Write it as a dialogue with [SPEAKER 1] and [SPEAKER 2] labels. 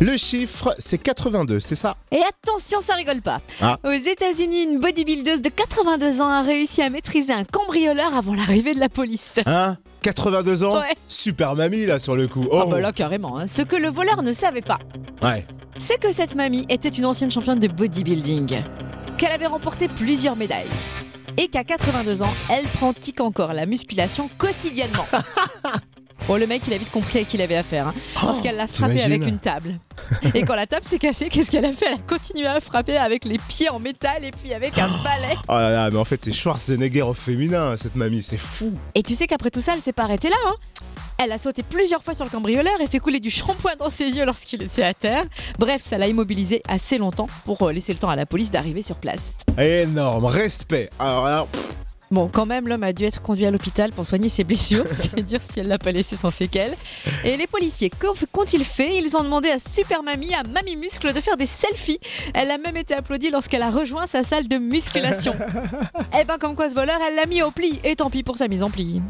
[SPEAKER 1] Le chiffre, c'est 82, c'est ça
[SPEAKER 2] Et attention, ça rigole pas.
[SPEAKER 1] Ah.
[SPEAKER 2] Aux États-Unis, une bodybuildeuse de 82 ans a réussi à maîtriser un cambrioleur avant l'arrivée de la police.
[SPEAKER 1] Hein 82 ans
[SPEAKER 2] Ouais.
[SPEAKER 1] Super mamie là sur le coup.
[SPEAKER 2] Ah
[SPEAKER 1] Oh.
[SPEAKER 2] bah là, carrément. hein. Ce que le voleur ne savait pas,
[SPEAKER 1] Ouais.
[SPEAKER 2] c'est que cette mamie était une ancienne championne de bodybuilding, qu'elle avait remporté plusieurs médailles. Et qu'à 82 ans, elle pratique encore la musculation quotidiennement. Bon, le mec, il a vite compris à qui il avait affaire. hein. parce qu'elle l'a frappé
[SPEAKER 1] Oh, t'imagines
[SPEAKER 2] avec une table. Et quand la table s'est cassée, qu'est-ce qu'elle a fait Elle a continué à frapper avec les pieds en métal et puis avec un balai.
[SPEAKER 1] Oh là là, mais en fait c'est Schwarzenegger au féminin cette mamie, c'est fou.
[SPEAKER 2] Et tu sais qu'après tout ça, elle s'est pas arrêtée là. hein. elle a sauté plusieurs fois sur le cambrioleur et fait couler du shampoing dans ses yeux lorsqu'il était à terre. Bref, ça l'a immobilisé assez longtemps pour euh, laisser le temps à la police d'arriver sur place.
[SPEAKER 1] Énorme, respect. Alors là, pff,
[SPEAKER 2] Bon, quand même, l'homme a dû être conduit à l'hôpital pour soigner ses blessures, c'est dire si elle l'a pas laissé sans séquelles. Et les policiers, qu'ont- qu'ont-ils fait Ils ont demandé à Super Mamie, à Mamie Muscle, de faire des selfies. Elle a même été applaudie lorsqu'elle a rejoint sa salle de musculation. Eh ben, comme quoi ce voleur, elle l'a mis au pli. Et tant pis pour sa mise en pli.